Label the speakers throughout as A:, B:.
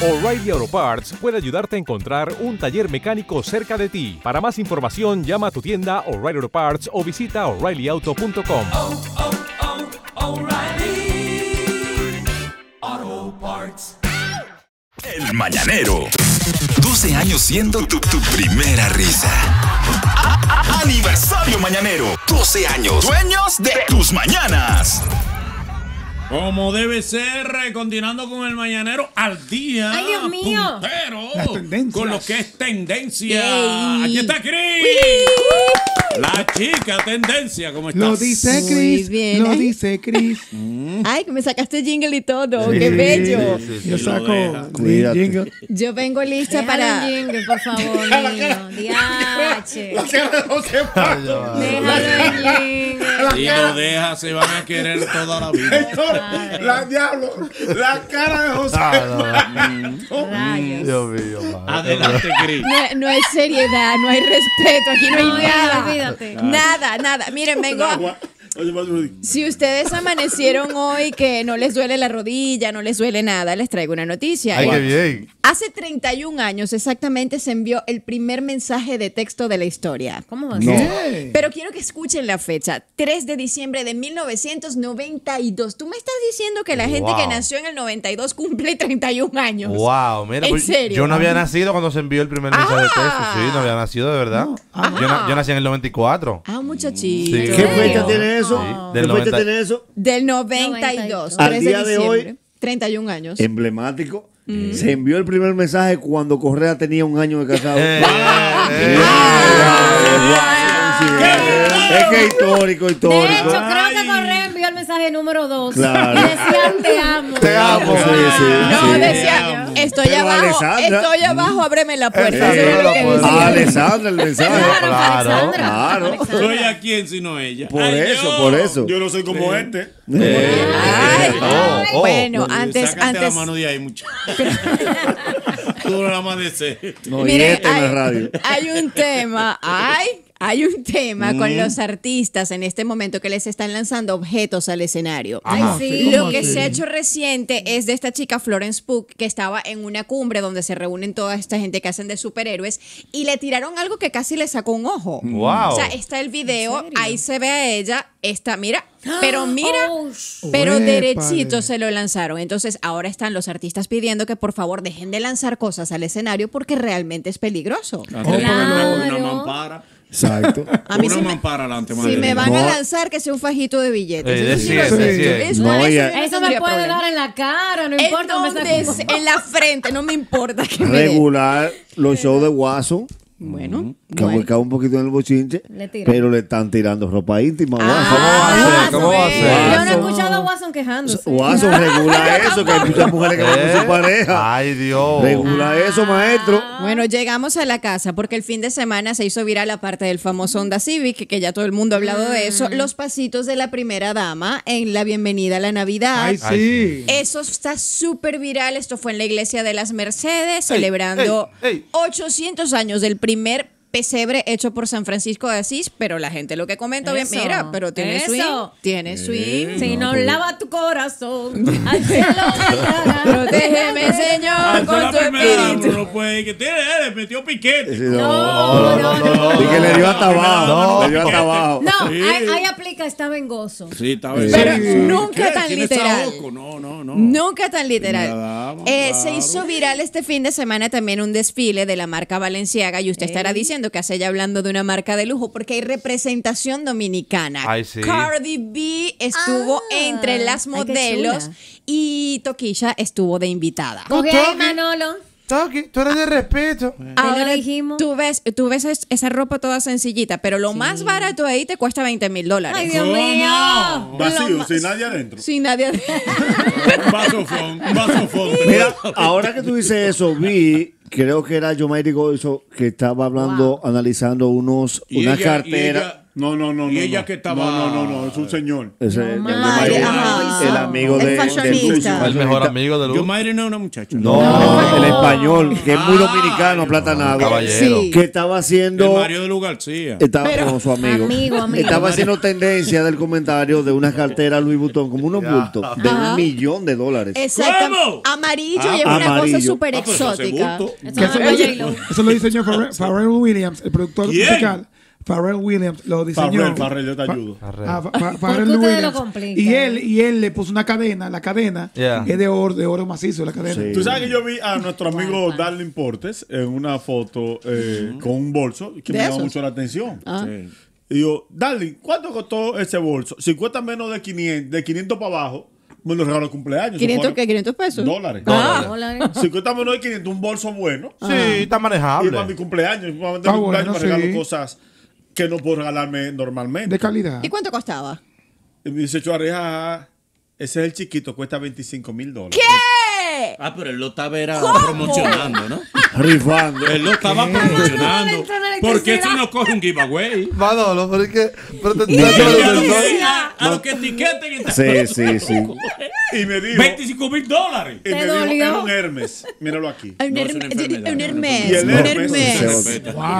A: O'Reilly Auto Parts puede ayudarte a encontrar un taller mecánico cerca de ti. Para más información, llama a tu tienda O'Reilly Auto Parts o visita oreillyauto.com.
B: oh, oh, O'Reilly. Auto Parts.
C: El Mañanero. 12 años siendo tu, tu primera risa. A- a- Aniversario Mañanero. 12 años. Dueños de tus mañanas.
D: Como debe ser, eh, continuando con el mañanero al día.
E: Ay, Dios mío.
F: Las
D: Pero
F: tendencias.
D: con lo que es tendencia.
E: Yay.
D: Aquí está Chris. La chica tendencia, ¿cómo estás?
F: Lo dice
E: Muy
F: Chris.
E: bien,
F: Lo
E: ¿eh?
F: dice Chris.
E: Ay, que me sacaste jingle y todo. Qué bello.
D: sí, sí,
F: Yo
D: lo
F: saco
D: deja.
F: mi
G: Cuídate.
F: jingle.
E: Yo vengo lista para.
H: Jingle, por favor, niño. Diache. Déjalo en jingle.
D: Si lo deja, se van a querer toda la vida.
F: La diablo. La cara de José.
I: Ah,
H: Rayos.
G: Dios mío, madre.
D: Adelante, Chris.
E: No, no hay seriedad, no hay respeto, aquí no hay
H: No, ya,
E: nada.
H: olvídate.
E: Nada, nada. Miren, vengo. a- Si ustedes amanecieron hoy que no les duele la rodilla, no les duele nada, les traigo una noticia.
G: Ay,
E: Eh,
G: qué bien.
E: Hace 31 años exactamente se envió el primer mensaje de texto de la historia.
H: ¿Cómo va a
G: No.
H: ser?
E: Pero quiero que escuchen la fecha, 3 de diciembre de 1992. Tú me estás diciendo que la gente
G: Wow.
E: que nació en el 92 cumple 31 años.
G: Wow, mira,
E: ¿En
G: pues,
E: serio?
G: yo no había nacido cuando se envió el primer mensaje de texto.
E: Ah.
G: Sí, no había nacido de verdad. Yo, na- yo nací en el 94.
E: Ah, un muchachito.
G: Sí.
I: ah. ¿Qué
G: Creo.
I: fecha tiene eso?
G: Sí,
I: ¿Qué
G: del
I: fecha
G: 90.
I: tiene eso?
E: Del 92,
H: 92.
E: 3
I: Al
E: de
I: día de hoy-
E: diciembre. 31 años.
I: Emblemático. Se envió el primer mensaje cuando Correa tenía un año de casado.
G: Eh, eh,
I: Es que histórico,
H: De hecho,
I: histórico.
H: creo que Correa envió el mensaje número 2.
I: Claro.
H: Y decía, te amo.
G: Te amo.
I: Sí, sí,
E: No,
I: sí.
E: decía, estoy
I: Pero
E: abajo,
I: Alessandra-
E: estoy abajo, ábreme la
G: Eh,
E: puerta.
G: sí,
E: Eso es lo que
G: la puerta.
E: decía.
I: A Alessandra el mensaje.
G: Claro.
H: Alexandra.
I: pues. Claro.
H: Alexandra.
D: ¿Soy a quién sino ella?
I: Por
D: Ay,
I: eso,
D: Dios.
I: por eso. Yo no soy como este.
E: Ay,
G: Oh, oh.
E: Bueno, antes,
D: Sácate
E: antes.
D: la mano de ahí, muchacho. Tú no la amaneces.
I: No, y
E: Miren,
I: este en la radio.
E: hay un tema, hay, hay un tema con los artistas en este momento que les están lanzando objetos al escenario.
H: Ay, sí.
E: Lo que se ha hecho reciente es de esta chica Florence Pugh que estaba en una cumbre donde se reúnen toda esta gente que hacen de superhéroes y le tiraron algo que casi le sacó un ojo.
G: Wow.
E: O sea, está el video, ahí se ve a ella, está, mira, pero mira,
H: Oh, sh-
E: pero
F: Ué,
E: derechito
F: padre.
E: se lo lanzaron. Entonces ahora están los artistas pidiendo que por favor dejen de lanzar cosas al escenario porque realmente es peligroso.
G: Ah,
D: Una mampara.
F: Exacto.
E: A mí
D: una
E: sí me-
D: mampara adelante,
E: Si
D: madre.
E: me van a
F: No.
E: lanzar que sea un fajito de billetes.
G: Eh, de
E: Eso sí
G: cien,
E: lo
F: de
E: sé.
G: cien.
E: Eso-
I: No,
E: eso
I: ella-
E: yo no
H: Eso me
E: tendría
H: puede
E: problema.
H: dar en la cara, no importa. me saca-
E: Entonces, en la frente, no me importa que me dé.
I: Regular los shows de Guaso.
G: Mm,
E: Bueno,
I: Que
E: bueno.
I: abarcaba un poquito en el bochinche.
H: Le tiran.
I: pero le están tirando ropa íntima. a
E: Ah,
I: Guaso.
G: ¿Cómo va a ser? ¿Cómo va a
H: Yo no he
G: ser?
H: escuchado a Watson quejándose.
I: Guaso, regula eso, que hay muchas mujeres que van con su pareja.
G: Eh, Ay, Dios.
I: Regula eso, maestro.
E: Bueno, llegamos a la casa porque el fin de semana se hizo viral la parte del famoso Honda Civic, que- que ya todo el mundo ha hablado de eso, los pasitos de la primera dama en la bienvenida a la Navidad.
F: Ay, sí.
E: Eso está súper viral. Esto fue en la iglesia de las Mercedes, celebrando
G: ey, ey.
E: 800 años del primer pesebre hecho por San Francisco de Asís. Pero la gente lo que comenta bien,
H: Eso,
E: mira, pero tiene
H: eso.
E: swing. Tiene swing.
H: Si no lava tu corazón, al cielo mandará.
E: Protégeme, Señor,
D: Alzó
E: con
D: la
E: tu
D: primera,
E: espíritu.
D: no puede ir, que tiene, eh, le metió piquete.
I: Sí, no.
H: No, no, no.
I: Y que le dio hasta abajo.
G: No.
I: Le dio hasta abajo.
H: No, ahí, ahí aplica, está vengoso.
D: Sí, está bien.
E: Pero
D: Sí.
E: nunca
D: ¿Qué?
E: tan
D: ¿Quién es
E: literal.
D: Saoko? No, no, no.
E: Nunca tan literal.
D: Primera dama,
E: Eh,
D: claro.
E: Se hizo viral este fin de semana también un desfile de la marca Valenciaga y usted estará diciendo que hace ella hablando de una marca de lujo porque hay representación dominicana.
G: Ay, sí.
E: Cardi B estuvo
H: Ah,
E: entre las
H: ay, qué
E: modelos
H: chula.
E: y Toquilla estuvo de invitada.
H: Coge ahí, Manolo.
G: Toki, tú eres de respeto.
H: no dijimos.
E: tú ves, tú ves es- esa ropa toda sencillita, pero lo más barato ahí te cuesta 20 mil dólares.
H: Ay, Dios mío.
E: Vacío, sin
D: nadie adentro.
E: Sin nadie.
D: Un vasofón, un vasofón.
I: Mira, ahora que tú dices eso, vi, creo que era Yomairi Goizo que estaba hablando, analizando unos,
D: Y
I: una
D: ella- y
I: cartera.
D: ella-
F: No, no, no.
D: ¿Y
F: no,
D: ella
F: no.
D: que estaba- Eh,
F: No, no, no, no, es un señor.
I: Ese
H: No
I: el,
H: mames.
I: amigo-
E: Ajá.
I: el amigo
E: El
I: de, del
E: fashionista.
I: suyo.
G: El mejor amigo de
D: Yo
G: Luz.
D: madre no era una muchacha.
I: No, el español, que es muy dominicano, platanado.
G: caballero.
E: Sí.
I: Que estaba
D: El
I: haciendo.
D: Mario de Luz García.
F: Eh,
I: Estaba
E: Pero-
I: con su amigo.
H: Amigo, amigo.
I: Estaba haciendo tendencia del comentario de una cartera Louis Vuitton, como unos bultos, de un millón de dólares.
E: Exacto.
D: ¿Cómo?
E: Amarillo y es
I: Ah,
E: una cosa
I: amarillo.
E: súper
D: Ah, pues eso hace
E: exótica.
D: gusto.
H: Eso
J: Que
H: no
J: eso,
H: es
J: eso-
H: J-Lo.
J: eso lo diseñó Pharrell, Pharrell Williams, el productor
D: ¿Quién?
J: musical. Pharrell Williams lo diseñó.
F: Farrell, Farrell, yo te ayudo.
J: Ah, Fa- Fa-
H: ustedes
J: Pharrell
H: lo
J: Williams.
H: complican?
J: Y él, y él le puso una cadena. La cadena
G: Yeah.
J: es de oro, de oro macizo, la cadena.
I: Sí.
F: Tú sabes que yo vi a nuestro amigo Darlin Portes en una foto eh, con un bolso que
E: ¿De
F: me llamó
E: esos?
F: mucho la atención.
D: Sí.
F: Y yo, Darlin, ¿cuánto costó ese bolso? 50 menos de 500, de 500 para abajo, me lo regaló de cumpleaños.
E: 500
F: supone.
E: que 500 pesos.
F: Dólares.
H: Ah, hola.
F: 50 menos de 500, un bolso bueno.
G: Sí, está
F: Y para mi
G: manejable.
F: cumpleaños, y para mi
J: Está
F: cumpleaños
J: bueno,
F: me regalo
J: sí.
F: cosas que no puedo regalarme normalmente.
J: De calidad.
E: ¿Y cuánto costaba?
F: Y me dice Chuarreja, ese es el chiquito, cuesta 25 mil dólares.
E: ¿Qué?
D: Ah, pero él lo estaba era promocionando, ¿no?
I: Rifando.
D: Él lo estaba promocionando.
H: Entró en electricidad.
D: Porque eso no coge un giveaway.
G: Manolo, pero es que. Pero te, ¿eh?
D: Que
G: te-
D: le
G: te-
D: avisen A a los que etiqueten y tal.
I: Sí, sí, sí.
F: Y me dijo,
D: 25 mil dólares.
F: y me
H: ¿Te
F: dijo
H: dolió?
F: era un Hermes. Míralo aquí.
E: Un,
D: No, es
E: Herm-
D: una enfermedad,
E: un
D: no, no,
E: Hermes.
F: Y el
E: un
F: Hermes,
E: Hermes.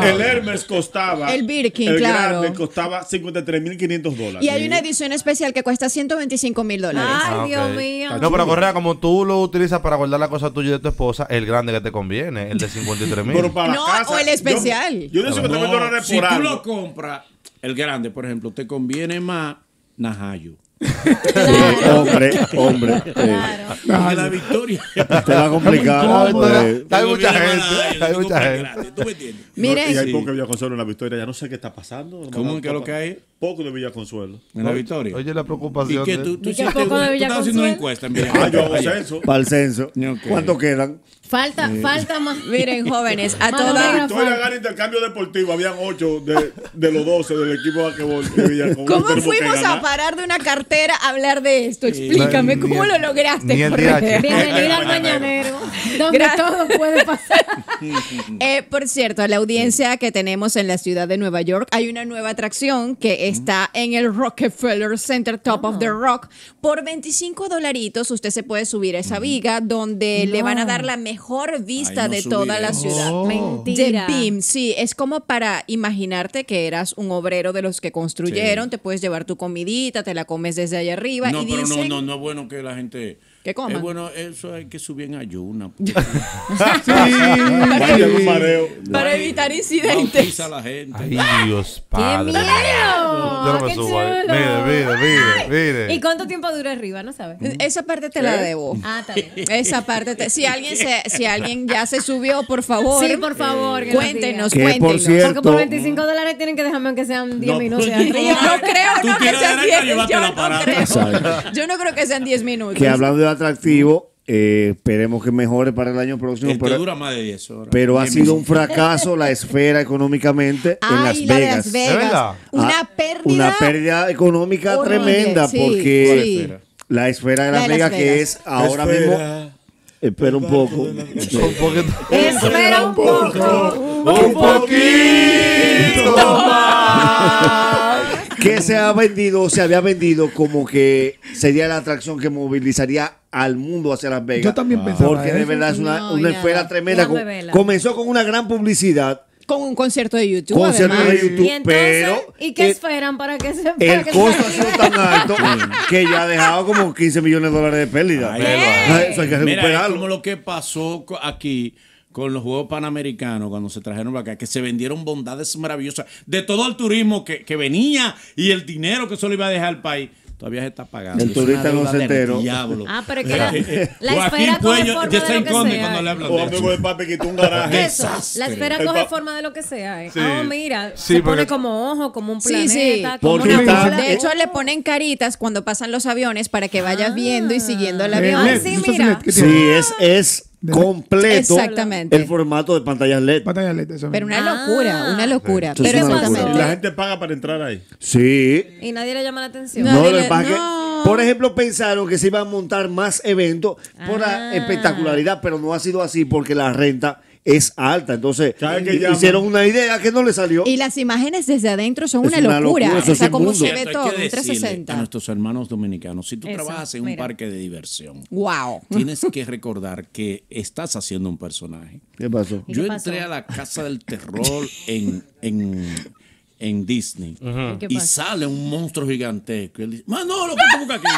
F: El Hermes costaba.
E: El Birkin,
F: el
E: claro.
F: grande costaba 53.500 dólares.
E: Y hay una edición especial que cuesta 125 mil dólares.
H: Ay, Dios
G: Ah, ok.
H: mío.
G: No, pero Correa, como tú lo utilizas para guardar la cosa tuya y de tu esposa, el grande que te conviene, el de 53
F: Pero
G: mil.
F: para
E: No,
F: la casa,
E: o el
F: yo-
E: especial.
F: Yo, de 50 mil
D: No,
F: dólares
D: si
F: por
D: tú
F: algo.
D: lo compras, el grande, por ejemplo, te conviene más Najayo.
I: Eh, hombre, hombre. eh,
D: Porque la victoria.
I: te va a complicar.
J: Está muy cómodo.
I: eh,
G: Hay
D: Te
G: mucha
D: conviene más
G: gente,
D: Najayo,
G: hay
D: tú
G: mucha
D: compras
G: gente.
D: grande, ¿Tú me entiendes?
E: Miren,
F: Y hay poco de Villaconsuelo en la victoria. Ya no sé qué está pasando. hermano.
D: ¿Cómo que lo que hay?
F: Poco de Villaconsuelo.
D: En la victoria.
G: Oye, la preocupación.
D: y que
G: de-
D: tú, tú,
H: ¿Y qué
D: hiciste
H: poco de
D: un- tú estás
H: Villaconsuelo?
D: haciendo una encuesta
F: Ah,
D: en
F: yo hago
D: Villaconsuelo.
F: censo.
I: eh, Para el censo.
D: Ok.
I: ¿Cuánto quedan?
H: Falta, falta más.
E: miren, jóvenes, a
H: Manolo,
E: toda.
H: mira.
F: Victoria gana intercambio deportivo. Habían 8 de, de los 12 del equipo de basquetbol de Villaconsuelo.
E: ¿Cómo
F: Tenemos que
E: fuimos a
F: ganar.
E: parar de una cartera a hablar de esto? Explícame,
G: Ni
E: ¿cómo
G: el-
E: lo lograste?
G: ni el
E: Correa?
G: DH.
H: Bienvenida al mañanero, donde
E: Gracias.
H: todo puede pasar.
E: Eh, por cierto, la audiencia que tenemos en la ciudad de Nueva York, hay una nueva atracción que está en el Rockefeller Center Top of the
D: Ah.
E: Rock. Por 25 dolaritos usted se puede subir a esa viga donde le van a dar la mejor vista
D: Ay, no
E: de toda la
D: subiré. Oh.
E: ciudad.
H: Mentira.
E: The Beam, sí, es como para imaginarte que eras un obrero de los que construyeron, te puedes llevar tu comidita, te la comes desde allá arriba
D: No,
E: y
D: pero
E: dicen,
D: no, no, no es bueno que la gente.
E: Que coma.
D: Es bueno, eso hay que subir en ayuna.
F: Vaya un mareo.
E: para evitar incidentes.
D: Bautiza a la gente.
G: Ay, Dios,
H: ¡Qué
G: padre.
H: miedo!
G: Yo no me
H: ¡Qué
G: subo ahí.
H: chulo!
G: Mire, mire, mire, mire.
H: ¿Y cuánto tiempo dura arriba? No sabes.
E: Esa parte te
D: ¿Eh?
E: la debo.
H: Ah, está bien.
E: Esa parte, te- si alguien se, si alguien ya se subió, por favor,
H: Sí, por favor. que nos
E: cuéntenos,
H: diga.
I: Que por
E: cuéntenos.
I: cierto-
H: Porque por 25 dólares tienen que dejarme aunque sean 10
D: No,
H: minutos
D: pues,
H: arriba.
E: Yo no creo,
D: Tú
E: no que
D: tienes
E: sean
D: derecho a
E: 10
D: llevarte
E: yo
D: la
E: no
D: parada.
E: creo.
I: Exacto.
E: Yo no creo que sean 10 minutos.
I: Que hablando de atractivo, eh, esperemos que mejore para el año próximo.
D: Esto
I: Pero,
D: dura más de 10 horas.
I: pero ha
D: Diez
I: sido un
D: minutos.
I: fracaso la esfera económicamente en
E: Ay,
I: Las
E: la de
I: Vegas.
E: Las Vegas.
G: verdad?
E: Una
I: Ah,
E: pérdida.
I: Una pérdida económica
E: horrible.
I: tremenda
E: Sí,
I: porque
E: sí.
I: la esfera de
E: La de
I: Las
E: Las
I: Vegas, que
E: Vegas.
I: es ahora mismo.
F: Espera.
I: Espera un poco. eh,
G: Un poquito.
H: Espera un poco.
G: Un poquito más.
I: que se ha vendido, se había vendido como que sería la atracción que movilizaría al mundo hacia Las Vegas. Ah.
J: Yo también pensaba
I: Porque de
J: eso.
I: verdad es una,
E: No,
I: una
E: ya.
I: esfera tremenda.
H: Déjame
I: Com-
H: verla.
I: comenzó con una gran publicidad,
E: Con un concierto de YouTube.
I: concierto de
E: además.
I: YouTube,
H: Y entonces,
I: pero
H: ¿y qué
I: el-
H: esperan para que se
I: el,
H: para que se
I: costo ha
H: arriba?
I: sido tan alto que ya ha dejado como 15 millones de dólares de pérdida.
D: Ay,
I: Ah, Eso hay que
D: Mira, es
I: recuperarlo.
D: como lo que pasó co- aquí con los Juegos Panamericanos cuando se trajeron para acá, que se vendieron bondades maravillosas de todo el turismo que, que venía y el dinero que solo iba a dejar el país. Todavía se está pagando.
I: El
D: Es una
I: turista no
D: deuda
I: se
D: del
I: enteró.
D: diablo.
H: Ah, pero es que la, la
D: Joaquín
H: esfera coge
D: Puello, ya se
H: forma de lo que
D: esconde
H: sea.
D: cuando le
F: O
D: hablan de
F: amigo
D: eso.
F: de papi quitó un
H: ¿Qué
F: garaje.
H: es eso? La esfera
F: El
H: coge
F: pa-
H: forma de lo que sea. eh.
G: Sí.
H: Ah, mira, se
G: Sí, porque-
H: pone como ojo, como un
E: Sí,
H: planeta,
E: sí.
H: como
I: Porque
H: una
I: está-
H: bola.
E: De hecho, le ponen caritas cuando pasan los aviones para que vayas viendo y siguiendo
I: Ah.
E: el
J: Eh,
E: avión.
H: Ay,
J: LED,
H: sí,
J: ¿tú usas
H: mira.
J: LED? ¿Qué tiene?
I: Sí, es, es completo
E: Exactamente.
I: el formato de pantallas LED.
J: Pantalla LED, eso
E: Pero
J: mismo.
E: una locura, una locura.
I: Sí,
E: Pero
I: es una
F: Y
E: exactamente.
F: la gente paga para entrar ahí.
I: Sí,
H: Y nadie le llama la atención.
E: No,
I: No,
E: dile-
I: lo que pasa es que,
E: no.
I: por ejemplo, pensaron que se
E: Ah.
I: iban a montar más eventos por la espectacularidad, pero no ha sido así porque la renta es alta. Entonces,
F: ¿Sabes qué
I: hi-
F: llaman?
I: hicieron una idea que no le salió.
E: Y las imágenes desde adentro son
I: Es
E: una
I: una
E: locura.
I: locura, eso
E: o sea,
I: es
E: como se
I: inmundo.
D: Hay
E: ve
D: que
E: todo, un
D: decirle Ah, A
E: 360.
D: nuestros hermanos dominicanos, si tú
H: Eso,
D: trabajas en un
H: mira.
D: parque de diversión,
E: Wow.
D: tienes que recordar que estás haciendo un personaje.
I: ¿Qué pasó?
H: ¿Y
D: Yo
H: qué pasó?
D: entré a la casa del terror en, en, en Disney
H: ¿Y qué
D: y
H: pasa? ¡Ah!
D: sale un monstruo gigantesco. Y él dice, Manolo, ¿qué tú buscas aquí?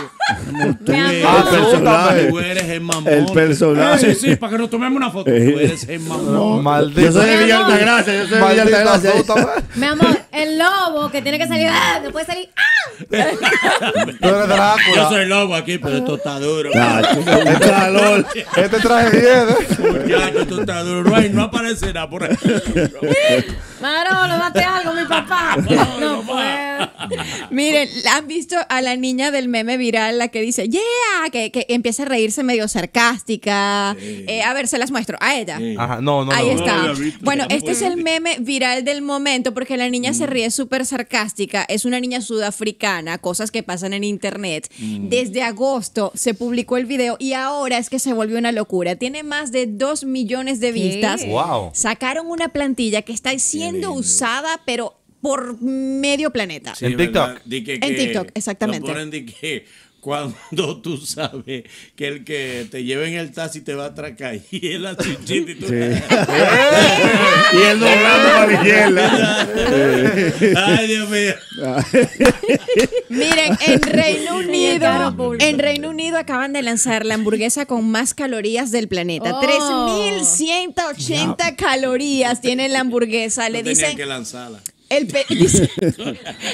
D: Amor, tú
H: Mi
D: eres-
H: amor.
I: El personaje.
D: Tú eres el mamón.
I: El personaje.
D: Ah, Sí, sí, para que nos tomemos una foto. Tú
F: Eh.
D: eres el mamón.
G: Maldito.
I: Yo soy de
H: Mi
I: Villa
H: amor.
I: Altagracia, yo soy de Villa
G: Maldita
I: Altagracia.
G: puta madre.
H: Mi amor, el lobo que tiene que salir, ah, que puede salir, ah,
G: Tú eres
D: Yo
G: Drácula.
D: soy lobo aquí, pero esto está duro.
I: Tacho, un calor.
G: Este traje 10. ¿eh?
D: Muchacho, esto está duro. Ay, no aparecerá por ahí.
H: Manolo, mate algo, mi papá. No puedo.
E: Miren, ¿han visto a la niña del meme viral, la que dice, yeah, que, que empieza a reírse medio sarcástica? Eh, a ver, se las muestro. A ella.
G: Ajá, no, no.
E: Ahí
G: no.
E: está.
F: lo he visto.
E: bueno,
F: Tampoco
E: este es el meme viral del momento porque la niña
D: Mm.
E: se ríe súper sarcástica. Es una niña sudafricana, cosas que pasan en internet.
D: Mm.
E: Desde agosto se publicó el video y ahora es que se volvió una locura. Tiene más de 2 millones de vistas.
G: Wow.
E: Sacaron una plantilla que está siendo usada, pero por medio planeta.
D: Sí,
G: En
D: es verdad.
G: TikTok.
D: Di que-
E: En
D: que
E: TikTok, exactamente.
D: Lo ponen de que cuando tú sabes que el que te lleve en el taxi te va a atracar y él la chichita y tú.
I: Y él doblando para la izquierda.
D: Ay, Dios mío.
E: Miren, en Reino
H: caro
E: Unido,
H: público.
E: en Reino Unido acaban de lanzar la hamburguesa con más calorías del planeta.
H: Oh.
E: 3180 calorías tiene la hamburguesa. Le
D: No tenían
E: dicen
D: que lanzarla.
E: el pe- dice-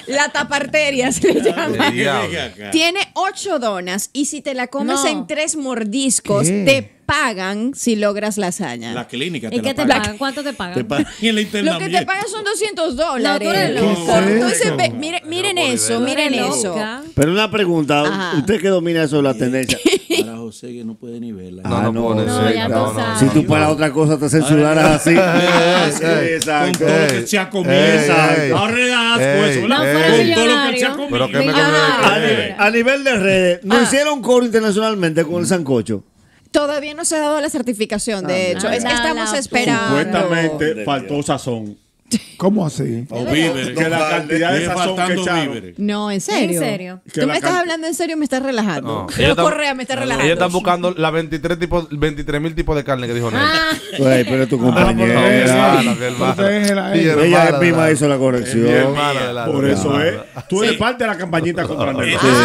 E: la taparteria se le llama.
F: Ah,
G: diablo.
D: Venga acá.
E: Tiene ocho donas y si te la comes
H: No.
E: en tres mordiscos te pagan si logras la hazaña.
D: La clínica te
H: ¿Y
D: la
H: qué te
D: paga.
H: pagan? ¿Cuánto te
D: Te
H: pagan?
D: pagan el
E: Lo que te
D: internamiento.
E: pagan son 200
H: No, tú
E: dólares.
H: eres loco.
E: Por-
H: ¿Qué?
E: Entonces, ve- miren, miren
G: Loco,
E: eso,
G: de
E: miren
H: Eres
E: eso.
H: loca.
I: Pero una pregunta,
E: Ajá.
I: usted que domina eso de Ah, las tendencias.
D: Para José que no puede ni verla.
G: No, no, puedo
H: no,
G: decir,
H: ya tú sabes.
I: Si tú para otra cosa te censuraras así. Exacto.
D: Con todo lo que
G: Ey,
D: se ha comido.
G: ey,
D: Exacto.
G: ey.
D: Ahora le da asco
G: Ey,
D: eso,
H: No, Ah,
D: ¿verdad?
H: fuera
G: Ey.
D: Con todo lo que se ha
H: millonario.
D: comido.
G: Pero que me
H: Millonario.
I: A nivel- A nivel de redes, no hicieron coro internacionalmente
G: Mm.
I: con el sancocho.
E: Todavía no se ha dado la certificación, de hecho. Es que
H: Ah,
E: estamos
H: la
E: esperando.
F: Supuestamente faltó sazón.
J: ¿Cómo así?
D: O víveres.
F: Que la cantidad de
D: Vive
F: sazón que
D: faltando
F: echaron.
D: víveres.
E: No, en serio.
H: En serio.
F: Que la
E: Tú me estás
F: can-
E: hablando en serio, me estás relajando.
G: No.
E: Yo
G: Ellos están-
E: Correa me está relajando.
G: Ellos están buscando las 23 tipos, 23 mil tipos de carne que dijo Nelly.
H: Ah,
I: Ay, pero tu
G: No, mi
I: compañera.
G: hermana, mi hermana.
J: Protégela,
G: Mi
J: ella.
G: hermana,
I: Ella misma
G: adelante.
I: hizo la
G: Mi
I: corrección.
G: hermana, adelante.
F: Por eso
G: Ah.
D: ¿eh?
F: es. Tú eres parte de la campañita contra
D: Este,
F: Nelly.
D: este se
E: Ah.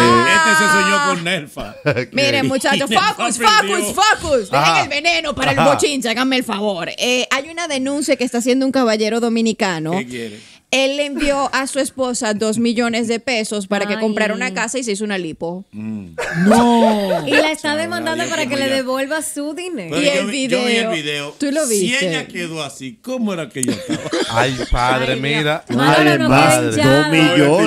D: soñó con Nerfa.
E: Miren, muchachos, focus, focus, focus. Dejen
G: Ajá.
E: el veneno para el
G: Ajá.
E: bochinche, háganme el favor. Eh, hay una denuncia que está haciendo un caballero dominicano.
D: ¿Qué quiere?
E: Él le envió a su esposa dos millones de pesos para que
H: Ay.
E: comprara una casa y se hizo una lipo.
H: ah. y la está demandando
D: Dios,
H: para que
D: como
H: le
D: ya.
H: devuelva su dinero.
D: Pero
E: Y el
D: vi- vi el
E: video.
D: video.
E: Tú lo
D: Si
E: viste.
D: ella quedó así, ¿cómo era que yo estaba?
G: Ay, padre,
H: Ay, Dios.
G: mira.
H: Manolo,
G: Ay,
H: no
G: madre.
H: queden
I: Dos
H: ya.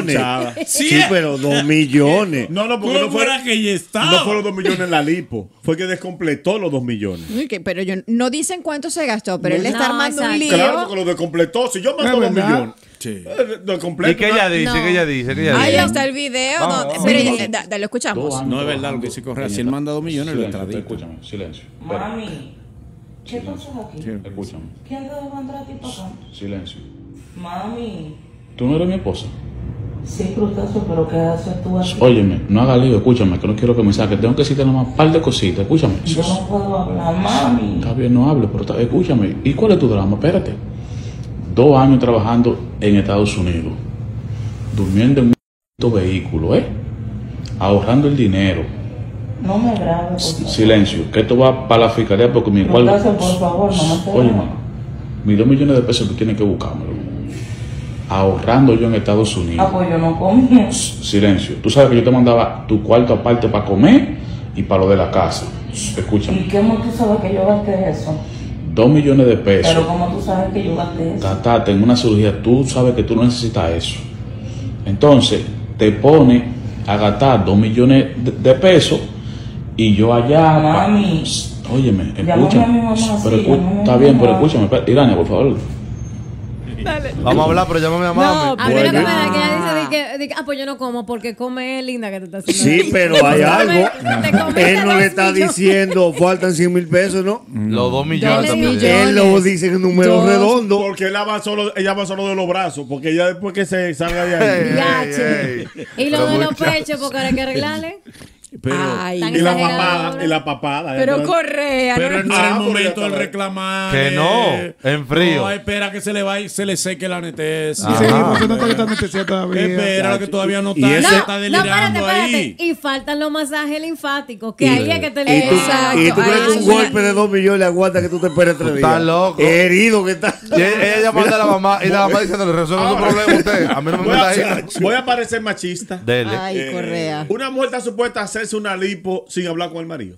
I: millones.
D: Sí,
I: Sí, pero dos millones.
F: No, no, porque
D: ¿Cómo
F: no fue,
D: era que ella estaba?
F: no fueron dos millones en la lipo. Fue que descompletó los dos millones.
E: Uy, que- Pero yo no dicen cuánto se gastó, pero él le está
H: No,
E: armando un
H: exacto.
E: lío.
F: Claro, porque lo descompletó. Si yo mato
J: Es
F: dos
J: verdad.
F: millones.
D: Sí.
F: eh, descompleto,
G: ¿Y qué ella
F: ¿no?
G: dice?
H: No.
G: ¿Qué ella dice? ¿Qué ella
E: Ahí
G: dice?
E: está el video.
G: Vamos,
E: donde-
G: vamos,
E: pero
G: vamos.
E: eh, da- da- lo escuchamos.
D: No es verdad lo que dice Correa. Si él manda dos millones, lo extradita.
K: Escúchame, silencio.
L: Mami, ¿qué pasó aquí?
K: Escúchame,
L: ¿Quién te dejó entrar a ti para acá?
K: silencio.
L: Mami,
K: Tú no eres mi esposa.
L: sí, crustáceo, pero ¿qué haces tú aquí?
K: Óyeme, no hagas lío, escúchame, que no quiero que me saques. Tengo que decirte nada más un par de cositas, escúchame.
L: Yo no puedo hablar, mami.
K: Está bien, no hablo, pero está- escúchame. ¿Y cuál es tu drama? Espérate. Dos años trabajando en Estados Unidos, durmiendo en un maldito vehículo, ¿eh? Ahorrando el dinero.
L: No me grabes, por favor.
K: Silencio, que esto va para la fiscalía porque mi cual.
L: Gracias, por favor, no me
K: Oye,
L: pegues.
K: mamá, mis dos millones de pesos tú tienes que buscármelo. Ahorrando yo en Estados Unidos.
L: Ah, pues yo no comí.
K: Silencio. Tú sabes que yo te mandaba tu cuarto aparte para comer y para lo de la casa. Escúchame.
L: ¿Y cómo tú sabes que yo gasté eso?
K: Dos millones de
L: Pero
K: pesos.
L: como tú sabes que yo gasté eso.
K: Tata, tengo una cirugía. Tú sabes que tú no necesitas eso. Entonces, te pone a gastar dos millones de, de pesos y yo allá. pa-
L: Mami.
K: Óyeme,
L: Llámame a mi
K: escúchame.
L: mamá, sí,
K: Pero escu-
L: llámame a mi
K: está bien, pero
L: mamá.
K: escúchame. espérate, Irania, por favor.
G: Vamos a hablar, pero llámame a
H: No,
G: mami.
H: a mí lo que me da es que ella dice, di que, di que, ah, pues yo no como porque come linda que te está haciendo.
I: Sí,
H: daño.
I: pero hay
H: Te
I: algo.
H: come- te comiste
I: Él no
H: dos
I: le está
H: millones.
I: diciendo faltan 100 mil pesos, ¿no?
G: Los dos
I: millones también. millones. Él lo dice en número Dos. redondo.
F: Porque él va solo, ella va solo de los brazos, porque ella después que se salga de ahí.
H: Yache. Y lo de los pechos porque ahora hay que arreglarle.
I: Eh.
F: y
H: Ay,
F: la
H: tan
F: papada,
H: exagerado.
F: y la papada.
H: Pero
E: correa.
D: Pero no es el
F: Ah, porque
D: momento
F: ya
D: del
F: está-
D: reclamar. eh,
G: Que no, en frío.
D: No, espera que se le vaya, se le seque la anestesia.
G: Sí, Ajá. porque no
J: está anestesia todavía.
D: Espera que todavía no está,
I: Y ese-
D: se está
H: No,
D: delirando ahí.
H: Y faltan los masajes linfáticos, que
I: Y-
H: ahí es que te
I: Y tú, y tú crees que un
H: Ay,
I: golpe de 2 millones le aguanta que tú te esperes tres días.
G: Estás loco.
I: Herido que está.
G: Y ella ella manda a la mamá y la mamá diciéndole, resuelve su problema usted. A mí no me
F: Voy
G: gusta
F: a,
G: ir.
F: voy a parecer machista.
G: Dele. Ay,
E: Correa.
F: Una mujer está supuesta a hacerse una lipo sin hablar con el marido.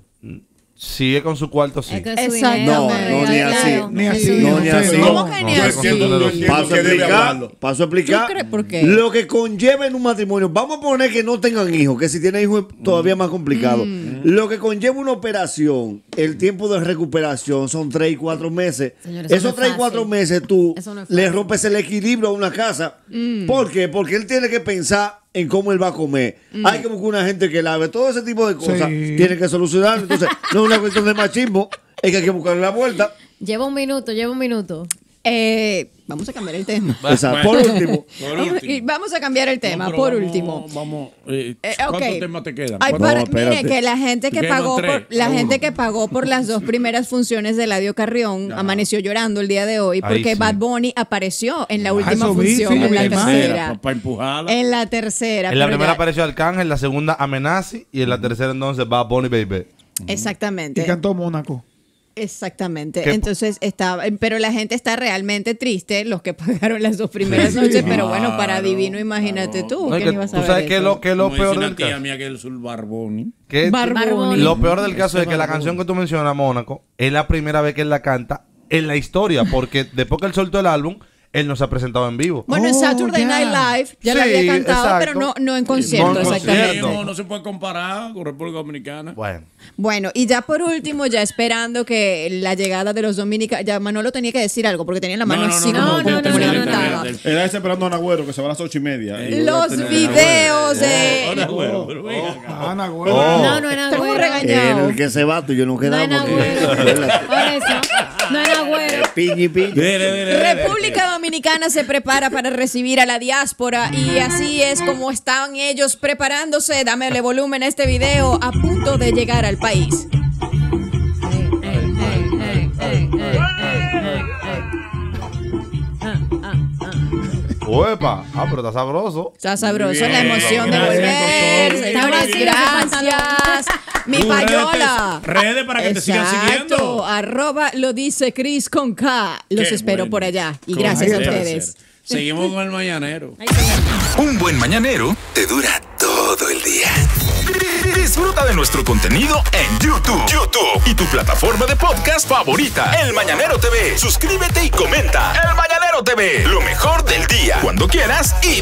G: Si es con su cuarto, sí.
H: Es que
F: Exacto.
H: su dinero,
I: No,
H: hombre,
I: no, ni
H: claro.
I: así.
G: Ni así,
I: No,
G: no
I: ni
G: sé.
I: así.
G: ¿Cómo que ni
I: Yo
G: así?
I: entiendo, yo entiendo
F: Paso
I: que
F: a
I: debe
F: explicar.
I: hablarlo. Paso a explicar.
E: ¿Tú crees por qué?
I: Lo que conlleva en un matrimonio, vamos a poner que no tengan hijos, que si tienen hijos es
H: Mm.
I: todavía más complicado. Lo que conlleva una operación, el tiempo de recuperación son 3 y 4 meses.
H: Mm. Señores, eso no
I: Esos
H: es
I: 3 y 4
H: fácil.
I: meses tú
H: Eso no es
I: le
H: fácil.
I: rompes el equilibrio a una casa.
H: Mm.
I: ¿Por qué? Porque él tiene que pensar en cómo él va a comer.
H: Mm.
I: Hay que buscar una gente que lave. Todo ese tipo de cosas
J: Sí.
I: tiene que solucionar. Entonces, no es una cuestión de machismo, es que hay que buscarle la vuelta.
H: Lleva un minuto, lleva un minuto.
E: Eh, vamos a cambiar el tema.
I: Exacto. Por último.
D: Por último.
E: Y vamos a cambiar el tema,
D: pero
E: por
D: vamos-
E: último.
D: Vamos, eh,
E: Eh,
D: ¿cuántos
E: ok.
D: temas te quedan?
E: Ay,
D: ¿Cuántos?
E: para- mire que la gente que
D: Quedan
E: pagó
D: tres,
E: por la
D: a
E: gente
D: uno.
E: que pagó por las dos primeras funciones de Eladio Carrión amaneció llorando el día de hoy
D: Ahí
E: porque
D: sí.
E: Bad Bunny apareció en
D: Ah,
E: la última
J: eso vi,
E: función,
J: sí,
E: en la
J: mi hermano.
E: tercera.
D: Para empujarla.
E: En la tercera.
G: En la
E: pero
G: primera
E: ya-
G: apareció Arcángel, en la segunda Amenazi y en la tercera entonces va Bonnie Baby.
E: Exactamente.
J: Cantó Mónaco.
E: Exactamente.
G: ¿Qué?
E: Entonces estaba, pero la gente está realmente triste, los que pagaron las dos primeras
G: Sí.
E: noches, pero bueno, para divino, imagínate tú,
G: No, es
E: Uh, ¿quién
G: que
E: iba a
G: tú
E: saber
G: sabes que
E: eso?
G: lo- que lo
D: Como dice
G: peor
D: una
G: del
D: tía
G: caso.
D: mía que es el Barboni.
G: Que
E: Barboni.
G: Lo peor del caso
D: Ese
G: es que la
D: Barboni.
G: canción que tú mencionas, Mónaco, es la primera vez que él la canta en la historia, porque después que él soltó el álbum, él nos ha presentado en vivo.
E: Bueno, en Saturday Night Live ya la
G: Sí,
E: había cantado,
G: exacto.
E: pero no, no en concierto,
G: No en
E: exactamente.
G: concierto.
D: No, no se puede comparar con República Dominicana.
G: Bueno.
E: Bueno, y ya por último, ya esperando que la llegada de los dominicanos, ya Manolo tenía que decir algo porque tenía la mano así como
F: Era Era ese esperando a un agüero que se va a las ocho y media.
E: Los videos de-
F: Ana Agüero,
D: pero
J: Ana Agüero.
H: No, no era
E: Estamos
H: güero.
E: regañados.
I: El que se va, tú y yo nos
H: No
I: quedamos.
H: era
I: aquí.
H: güero. Por eso. No era güero.
I: Piñi, piñi.
E: República Dominicana se prepara para recibir a la diáspora y así es como están ellos preparándose. Dámele volumen a este video a punto de llegar al país.
G: Uepa, ah, pero está sabroso.
E: Está sabroso la emoción de
G: Gracias,
E: volver.
H: doctor.
E: Señores,
H: Está vacío,
E: gracias. Mi
D: Tus redes,
E: payola.
D: redes para que te sigan
E: Exacto.
D: siguiendo.
E: Arroba lo dice Chris con K. Los
D: Qué
E: espero
D: bueno.
E: por allá. Y
D: Como
E: gracias a
D: debe
E: ustedes.
D: ser. Seguimos con el mañanero.
C: Un buen mañanero te dura todo el día. Disfruta de nuestro contenido en YouTube. YouTube y tu plataforma de podcast favorita, El Mañanero TV. Suscríbete y comenta. El Mañanero TV, lo mejor del día, cuando quieras y